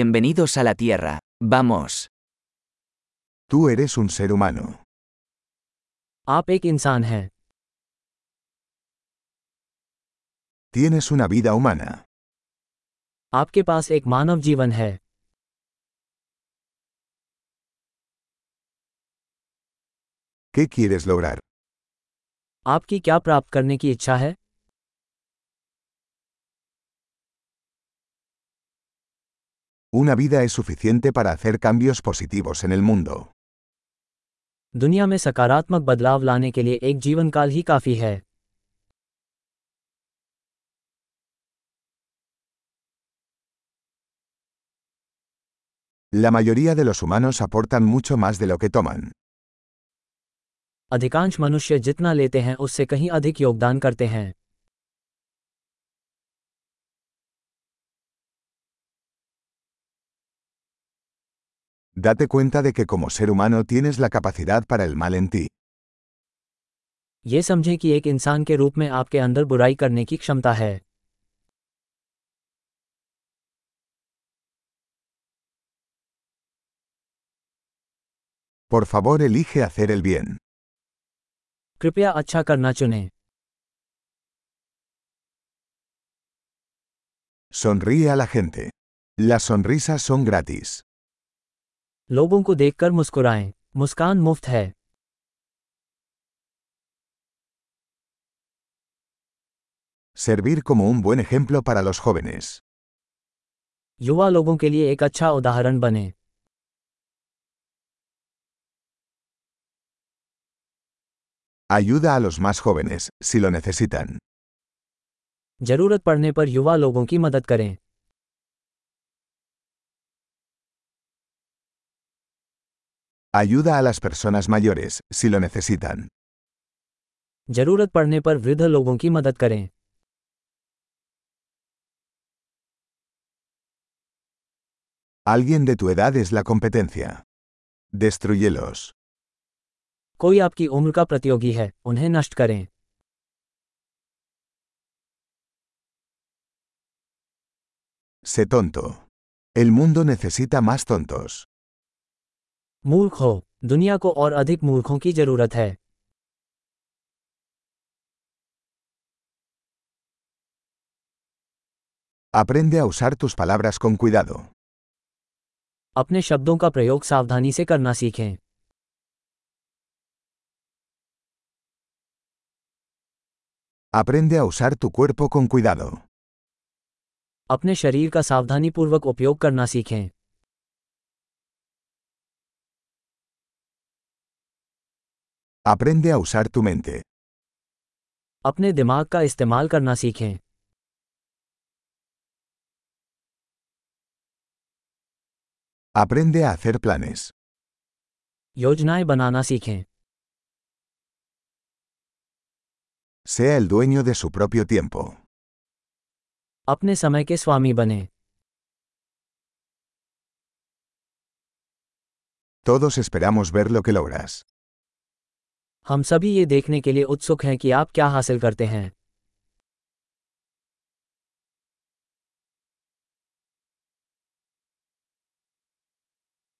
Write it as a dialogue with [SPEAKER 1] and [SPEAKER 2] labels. [SPEAKER 1] Bienvenidos a la Tierra. Vamos.
[SPEAKER 2] Tú eres un ser humano.
[SPEAKER 3] आप एक इंसान हैं
[SPEAKER 2] Tienes una vida humana.
[SPEAKER 3] आपके पास एक मानव जीवन है
[SPEAKER 2] ¿Qué quieres lograr?
[SPEAKER 3] आपकी क्या प्राप्त करने की इच्छा है
[SPEAKER 2] Una vida es suficiente para hacer cambios positivos en el mundo.
[SPEAKER 3] दुनिया में सकारात्मक बदलाव लाने के लिए एक जीवन काल ही काफी है
[SPEAKER 2] La mayoría de los humanos aportan mucho más de lo que toman.
[SPEAKER 3] अधिकांश मनुष्य जितना लेते हैं उससे कहीं अधिक योगदान करते हैं
[SPEAKER 2] Date cuenta de que como ser humano tienes la capacidad para el mal en ti.
[SPEAKER 3] ये समझें कि एक इंसान के रूप में आपके अंदर बुराई करने की क्षमता है
[SPEAKER 2] Por favor, elige hacer el bien.
[SPEAKER 3] कृपया अच्छा करना चुनें
[SPEAKER 2] Sonríe a la gente. Las sonrisas son gratis.
[SPEAKER 3] लोगों को देखकर मुस्कुराएं मुस्कान मुफ्त है
[SPEAKER 2] Servir como un buen ejemplo para los jóvenes.
[SPEAKER 3] युवा लोगों के लिए एक अच्छा उदाहरण बने
[SPEAKER 2] Ayuda a los más jóvenes, si lo necesitan.
[SPEAKER 3] जरूरत पड़ने पर युवा लोगों की मदद करें
[SPEAKER 2] Ayuda a las personas mayores, si lo necesitan.
[SPEAKER 3] जरूरत पड़ने पर वृद्ध लोगों की मदद करें
[SPEAKER 2] Alguien de tu edad es la competencia. Destruyelos.
[SPEAKER 3] कोई आपकी उम्र का प्रतियोगी है उन्हें नष्ट करें
[SPEAKER 2] Sé tonto. El mundo necesita más tontos.
[SPEAKER 3] मूर्ख हो दुनिया को और अधिक मूर्खों की जरूरत है
[SPEAKER 2] Aprende a usar tus palabras con cuidado.
[SPEAKER 3] अपने शब्दों का प्रयोग सावधानी से करना सीखें
[SPEAKER 2] Aprende a usar tu cuerpo con cuidado.
[SPEAKER 3] अपने शरीर का सावधानीपूर्वक उपयोग करना सीखें
[SPEAKER 2] Aprende a usar tu mente.
[SPEAKER 3] अपने दिमाग का इस्तेमाल करना सीखें
[SPEAKER 2] Aprende a hacer planes.
[SPEAKER 3] योजनाएं बनाना सीखें
[SPEAKER 2] Sea el dueño de su propio tiempo.
[SPEAKER 3] अपने समय के स्वामी बने
[SPEAKER 2] Todos esperamos ver lo que logras.
[SPEAKER 3] हम सभी ये देखने के लिए उत्सुक हैं कि आप क्या हासिल करते हैं